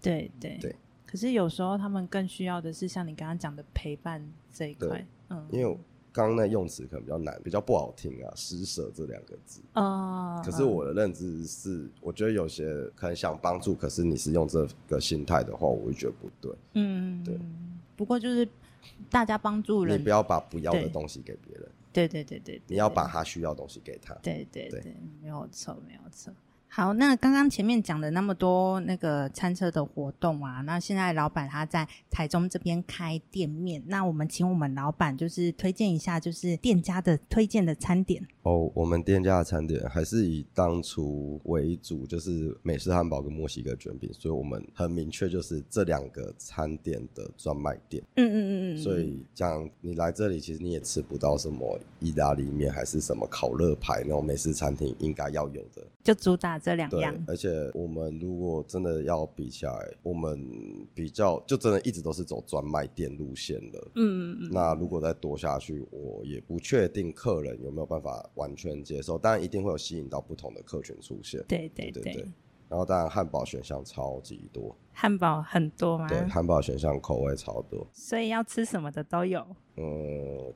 Speaker 1: 对对
Speaker 2: 对。
Speaker 1: 可是有时候他们更需要的是像你刚刚讲的陪伴这一块
Speaker 2: 对，
Speaker 1: 嗯，
Speaker 2: 因为我刚刚那用词可能比较难，比较不好听啊，施舍这两个字。
Speaker 1: 呃，
Speaker 2: 可是我的认知是，我觉得有些可能想帮助，可是你是用这个心态的话，我会觉得不对。
Speaker 1: 嗯，
Speaker 2: 对
Speaker 1: 不过就是大家帮助
Speaker 2: 你
Speaker 1: 人
Speaker 2: 不，要把不要的
Speaker 1: 对
Speaker 2: 东西给别人，
Speaker 1: 对对对对，
Speaker 2: 你要
Speaker 1: 对
Speaker 2: 把他需要的东西给他。
Speaker 1: 对对
Speaker 2: 对
Speaker 1: 对，没有错，没有错。好，那刚刚前面讲的那么多那个餐车的活动啊，那现在老板他在台中这边开店面，那我们请我们老板就是推荐一下，就是店家的推荐的餐点。
Speaker 2: 哦，我们店家的餐点还是以当初为主，就是美式汉堡跟墨西哥卷饼，所以我们很明确就是这两个餐点的专卖店。
Speaker 1: 嗯嗯嗯嗯，
Speaker 2: 所以讲你来这里，其实你也吃不到什么意大利面，还是什么烤乐排那种美式餐厅应该要有的。
Speaker 1: 就主打这两
Speaker 2: 对
Speaker 1: 样，。
Speaker 2: 而且我们如果真的要比起来，我们比较就真的一直都是走专卖店路线的。
Speaker 1: 嗯嗯嗯，
Speaker 2: 那如果再多下去，我也不确定客人有没有办法完全接受，当然一定会有吸引到不同的客群出现。
Speaker 1: 对对
Speaker 2: 对对然后当然汉堡选项超级多，
Speaker 1: 汉堡很多嘛，
Speaker 2: 对，汉堡选项口味超多，
Speaker 1: 所以要吃什么的都有，
Speaker 2: 嗯，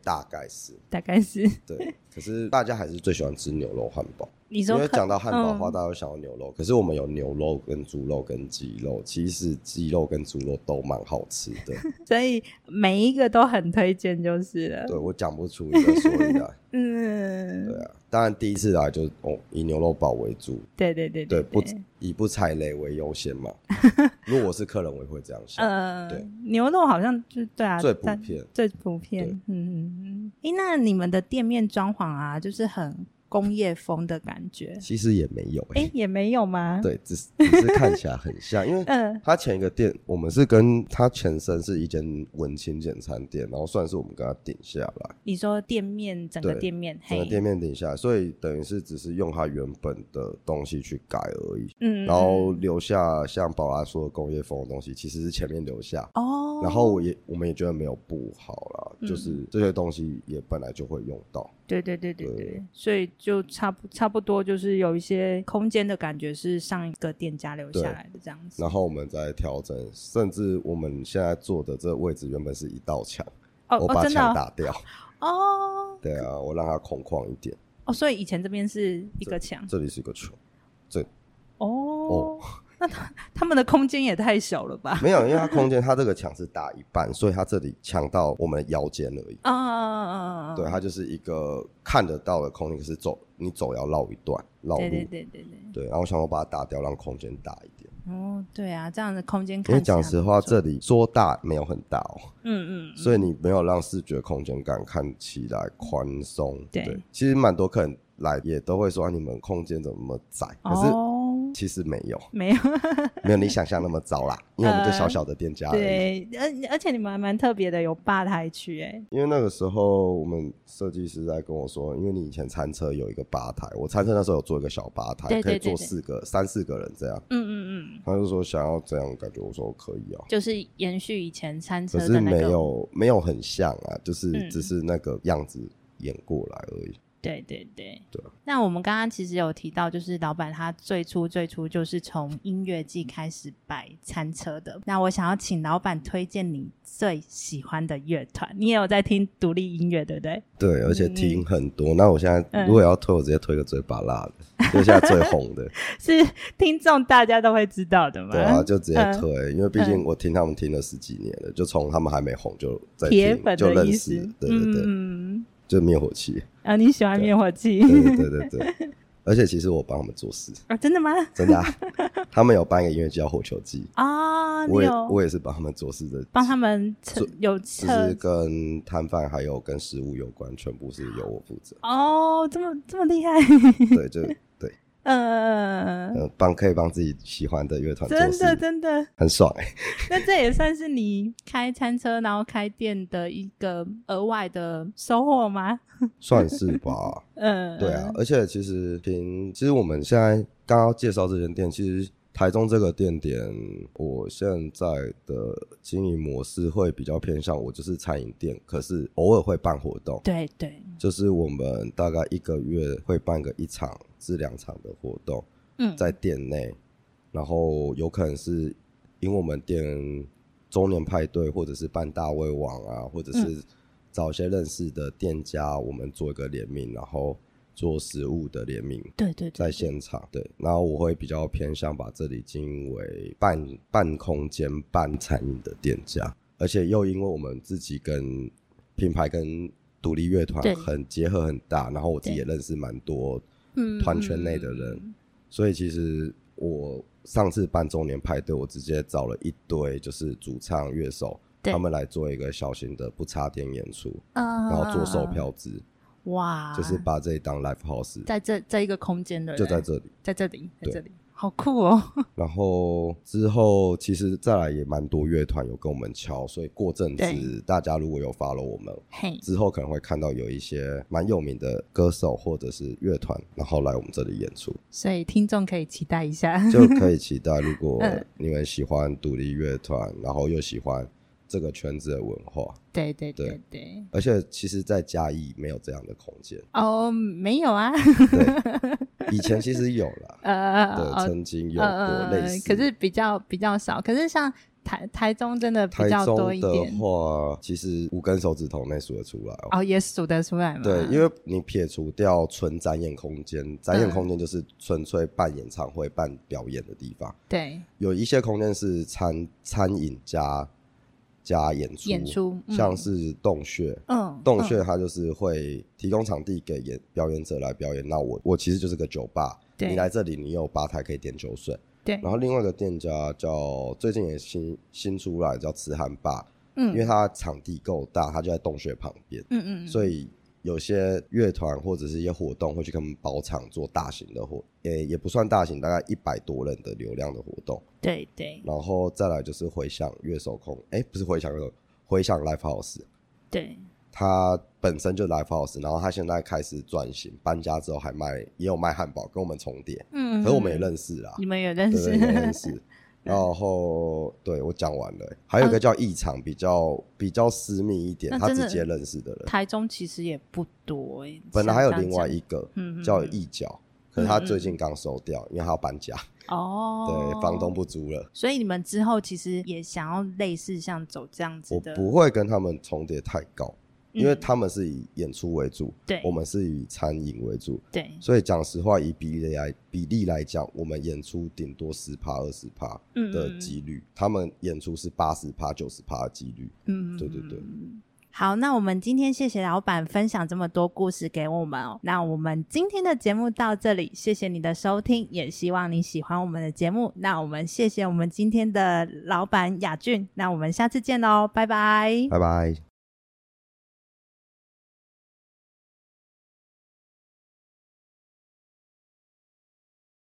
Speaker 2: 大概是
Speaker 1: 大概是
Speaker 2: 对。可是大家还是最喜欢吃牛肉汉堡，
Speaker 1: 你
Speaker 2: 因
Speaker 1: 说
Speaker 2: 为
Speaker 1: 可
Speaker 2: 讲到汉堡的话，
Speaker 1: 嗯
Speaker 2: 大家会想到牛肉，可是我们有牛肉跟猪肉跟鸡肉，其实鸡肉跟猪肉都蛮好吃的。
Speaker 1: 嗯所以每一个都很推荐就是了。
Speaker 2: 对我讲不出一个所以然，
Speaker 1: 嗯，
Speaker 2: 对啊。当然第一次来就哦以牛肉堡为主，
Speaker 1: 对对对
Speaker 2: 对，不
Speaker 1: 对。
Speaker 2: 以不踩雷为优 先嘛。如果我是客人，我也会这样想。
Speaker 1: 呃
Speaker 2: 对，
Speaker 1: 牛肉好像就对啊，
Speaker 2: 最普
Speaker 1: 但
Speaker 2: 遍
Speaker 1: 最普遍
Speaker 2: 对。
Speaker 1: 嗯嗯嗯。诶，那你们的店面装潢啊，就是很工业风的感觉。
Speaker 2: 其实也没有、欸，
Speaker 1: 诶，也没有吗？，
Speaker 2: 对，只是只是看起来很像，因为
Speaker 1: 嗯
Speaker 2: 他前一个店，我们是跟他前身是一间文青简餐店，然后算是我们跟他顶下来，
Speaker 1: 你说店面整个
Speaker 2: 对
Speaker 1: 店面，
Speaker 2: 整
Speaker 1: 嘿，
Speaker 2: 个店面顶下来，所以等于是只是用他原本的东西去改而已，
Speaker 1: 嗯，嗯
Speaker 2: 然后
Speaker 1: 嗯
Speaker 2: 留下像宝拉说的工业风的东西，其实是前面留下。
Speaker 1: 哦，
Speaker 2: 然后我也我们也觉得没有不好啦，
Speaker 1: 嗯
Speaker 2: 就是这些东西也本来就会用到。
Speaker 1: 对对对对
Speaker 2: 对
Speaker 1: 对，所以就差不差不多就是有一些空间的感觉是上一个店家留下
Speaker 2: 对
Speaker 1: 来的这样子。
Speaker 2: 然后我们再调整，甚至我们现在坐的这个位置原本是一道墙，
Speaker 1: 哦
Speaker 2: 我把
Speaker 1: 哦，真的
Speaker 2: 墙
Speaker 1: 哦
Speaker 2: 打掉，
Speaker 1: 哦
Speaker 2: 对啊，我让它空旷一点。
Speaker 1: 哦，所以以前这边是一个墙
Speaker 2: 这里是一个球，
Speaker 1: 哦。那他他们的空间也太小了吧？
Speaker 2: 没有，因为它空间它这个墙是大一半，所以它这里墙到我们腰间而已。
Speaker 1: 啊啊啊！
Speaker 2: 对，它就是一个看得到的空间，可是走你走要绕一段绕
Speaker 1: 对
Speaker 2: 路
Speaker 1: 对，对对对，
Speaker 2: 对。然后我想我把它打掉，让空间大一点。
Speaker 1: 哦，对啊，这样的空间
Speaker 2: 因
Speaker 1: 看
Speaker 2: 为
Speaker 1: 起来
Speaker 2: 讲
Speaker 1: 不
Speaker 2: 实话，
Speaker 1: 错
Speaker 2: 这里说大没有很大哦，
Speaker 1: 嗯嗯嗯
Speaker 2: 所以你没有让视觉空间感看起来宽松。
Speaker 1: 对
Speaker 2: 对，其实蛮多客人来也都会说、啊、你们空间怎么那么窄，可是
Speaker 1: 哦
Speaker 2: 其实没有，
Speaker 1: 没有，
Speaker 2: 没有你想象那么糟 啦，因为我们就
Speaker 1: 呃
Speaker 2: 小小的店家而已。
Speaker 1: 对，而而且你们还蛮特别的，有吧台区哎、
Speaker 2: 因为那个时候我们设计师在跟我说，因为你以前餐车有一个吧台，我餐车那时候有做一个小吧台，
Speaker 1: 对对
Speaker 2: 可以
Speaker 1: 对
Speaker 2: 坐
Speaker 1: 对
Speaker 2: 四个、三四个人这样。
Speaker 1: 嗯嗯嗯，
Speaker 2: 他就说想要这样感觉，我说可以啊，
Speaker 1: 就是延续以前餐车
Speaker 2: 可
Speaker 1: 的那
Speaker 2: 是没
Speaker 1: 个，
Speaker 2: 有没有很像啊，就是、
Speaker 1: 嗯
Speaker 2: 只是那个样子演过来而已。
Speaker 1: 对对对
Speaker 2: 对。啊
Speaker 1: 那我们刚刚其实有提到，就是老板他最初最初就是从音乐季开始摆餐车的。那我想要请老板推荐你最喜欢的乐团，你也有在听独立音乐，对不对？
Speaker 2: 对，而且听很多。那我现在
Speaker 1: 嗯
Speaker 2: 如果要推，我直接推个最巴辣的，就现在最红 的，
Speaker 1: 是听众大家都会知道的嘛？
Speaker 2: 对啊，就直接
Speaker 1: 嗯
Speaker 2: 推，因为毕竟我听他们听了十几年了，就从他们还没红就在
Speaker 1: 铁
Speaker 2: 听，
Speaker 1: 粉
Speaker 2: 就
Speaker 1: 的
Speaker 2: 认
Speaker 1: 意思
Speaker 2: 识，。对对对，
Speaker 1: 嗯，
Speaker 2: 就灭火器。
Speaker 1: 啊，你喜欢灭火器
Speaker 2: 对对 对对对，而且其实我帮他们做事，
Speaker 1: 啊？真的吗？
Speaker 2: 真的、啊，他们有办一个音乐节叫火球季，
Speaker 1: 啊，你
Speaker 2: 我也
Speaker 1: 有
Speaker 2: 我也是帮他们做事的，
Speaker 1: 帮他们测
Speaker 2: 做
Speaker 1: 有
Speaker 2: 就
Speaker 1: 测。
Speaker 2: 是跟摊贩还有跟食物有关，全部是由我负责
Speaker 1: 哦，这么这么厉害，
Speaker 2: 对，就对，
Speaker 1: 呃，
Speaker 2: 呃，帮可以帮自己喜欢的乐团做
Speaker 1: 真的
Speaker 2: 事，
Speaker 1: 真的，
Speaker 2: 很爽哎、
Speaker 1: 那这也算是你开餐车然后开店的一个额外的收获吗？
Speaker 2: 算是吧。
Speaker 1: 嗯，
Speaker 2: 对啊，，而且其实凭其实我们现在刚刚介绍这间店，其实台中这个店点，我现在的经营模式会比较偏向我就是餐饮店，可是偶尔会办活动，
Speaker 1: 对对，
Speaker 2: 就是我们大概一个月会办个一场至两场的活动
Speaker 1: 嗯，
Speaker 2: 在店内，然后有可能是因为我们店周年派对，或者是办大胃王啊，或者是找一些认识的店家，我们做一个联名，然后做食物的联名。
Speaker 1: 对对对，
Speaker 2: 在现场对，然后我会比较偏向把这里经营为半半空间半餐饮的店家，而且又因为我们自己跟品牌跟独立乐团
Speaker 1: 对
Speaker 2: 很结合很大，然后我自己也认识蛮多
Speaker 1: 嗯
Speaker 2: 团圈内的人，所以其实我上次办周年派对，我直接找了一堆就是主唱乐手，
Speaker 1: 对
Speaker 2: 他们来做一个小型的不插电演出，
Speaker 1: 嗯，
Speaker 2: 然后做售票制，
Speaker 1: 哇，
Speaker 2: 就是把这里当 live house，
Speaker 1: 在这这一个空间的人，
Speaker 2: 就在这里。
Speaker 1: 在这里，在
Speaker 2: 对
Speaker 1: 这里，好酷哦，
Speaker 2: 然后之后其实再来也蛮多乐团有跟我们敲，所以过阵
Speaker 1: 对
Speaker 2: 子大家如果有 follow 我们，
Speaker 1: 嘿，
Speaker 2: 之后可能会看到有一些蛮有名的歌手或者是乐团，然后来我们这里演出，
Speaker 1: 所以听众可以期待一 下，
Speaker 2: 就可以期待。如果
Speaker 1: 嗯
Speaker 2: 你们喜欢独立乐团，然后又喜欢这个圈子的文化，
Speaker 1: 对对
Speaker 2: 对
Speaker 1: 对对，
Speaker 2: 而且其实，在嘉义没有这样的空 间，
Speaker 1: 哦，没有啊，，
Speaker 2: 以前其实有啦
Speaker 1: 呃，
Speaker 2: 对，
Speaker 1: 哦
Speaker 2: 曾经有过
Speaker 1: 呃，
Speaker 2: 类似，
Speaker 1: 可是比较比较少，可是像台台中真的比
Speaker 2: 台
Speaker 1: 较
Speaker 2: 中
Speaker 1: 多一点
Speaker 2: 的，话，其实五根手指头内数得出来哦。
Speaker 1: 哦，啊也数得出来嘛，
Speaker 2: 对，
Speaker 1: 为
Speaker 2: 因为你撇除掉纯展演空间，展
Speaker 1: 嗯
Speaker 2: 演空间就是纯粹办演唱会、办表演的地方，
Speaker 1: 对
Speaker 2: 有一些空间是餐餐饮加加演出，
Speaker 1: 演出，嗯
Speaker 2: 像是洞穴。
Speaker 1: 嗯
Speaker 2: 洞穴它就是会提供场地给演表演者来表演，那我我其实就是个酒吧，
Speaker 1: 对嗯
Speaker 2: 你来这里你有吧台可以点酒水，
Speaker 1: 对
Speaker 2: 然后另外一个店家叫最近也新新出来叫痴汉吧，
Speaker 1: 嗯
Speaker 2: 因为它场地够大，它就在洞穴旁边，
Speaker 1: 嗯嗯，
Speaker 2: 所以有些乐团或者是一些活动会去跟他们包场做大型的活，也也不算大型，大概一百多人的流量的活动。
Speaker 1: 对对
Speaker 2: 然后再来就是回响乐手控，哎、不是回响乐手，回响 live house，
Speaker 1: 对，
Speaker 2: 它本身就 live house，然后它现在开始转型，搬家之后还卖，也有卖汉堡，跟我们重叠，
Speaker 1: 嗯，
Speaker 2: 可是我们也
Speaker 1: 识，
Speaker 2: 认识啦，
Speaker 1: 你们也认
Speaker 2: 对
Speaker 1: 识
Speaker 2: 对，，也认识。然后对我讲完了，还有一个叫异常，比较比较私密一点，
Speaker 1: 那
Speaker 2: 他
Speaker 1: 真的
Speaker 2: 直接认识的人。
Speaker 1: 台中其实也不多诶，
Speaker 2: 本来还有
Speaker 1: 像
Speaker 2: 另外一个
Speaker 1: 嗯嗯
Speaker 2: 叫
Speaker 1: 嗯
Speaker 2: 一角，可是他最近刚收掉，因为他要搬家，
Speaker 1: 这样哦，
Speaker 2: 对，房东。不租了。
Speaker 1: 所以你们之后其实也想要类似像走这样子
Speaker 2: 我
Speaker 1: 的，
Speaker 2: 不会跟他们重叠太高，
Speaker 1: 嗯
Speaker 2: 因为他们是以演出为主，
Speaker 1: 对
Speaker 2: 我们是以餐饮为主，
Speaker 1: 对，
Speaker 2: 所以讲实话，以比例来比例来讲，我们演出顶多十趴二十趴
Speaker 1: 嗯
Speaker 2: 的几率，他们演出是八十趴九十趴的几率。
Speaker 1: 嗯，
Speaker 2: 对对对。
Speaker 1: 好，那我们今天谢谢老板分享这么多故事给我们哦。那我们今天的节目到这里，谢谢你的收听，也希望你喜欢我们的节目。那我们谢谢我们今天的老板雅俊，那我们下次见喽，拜拜。
Speaker 2: 拜拜。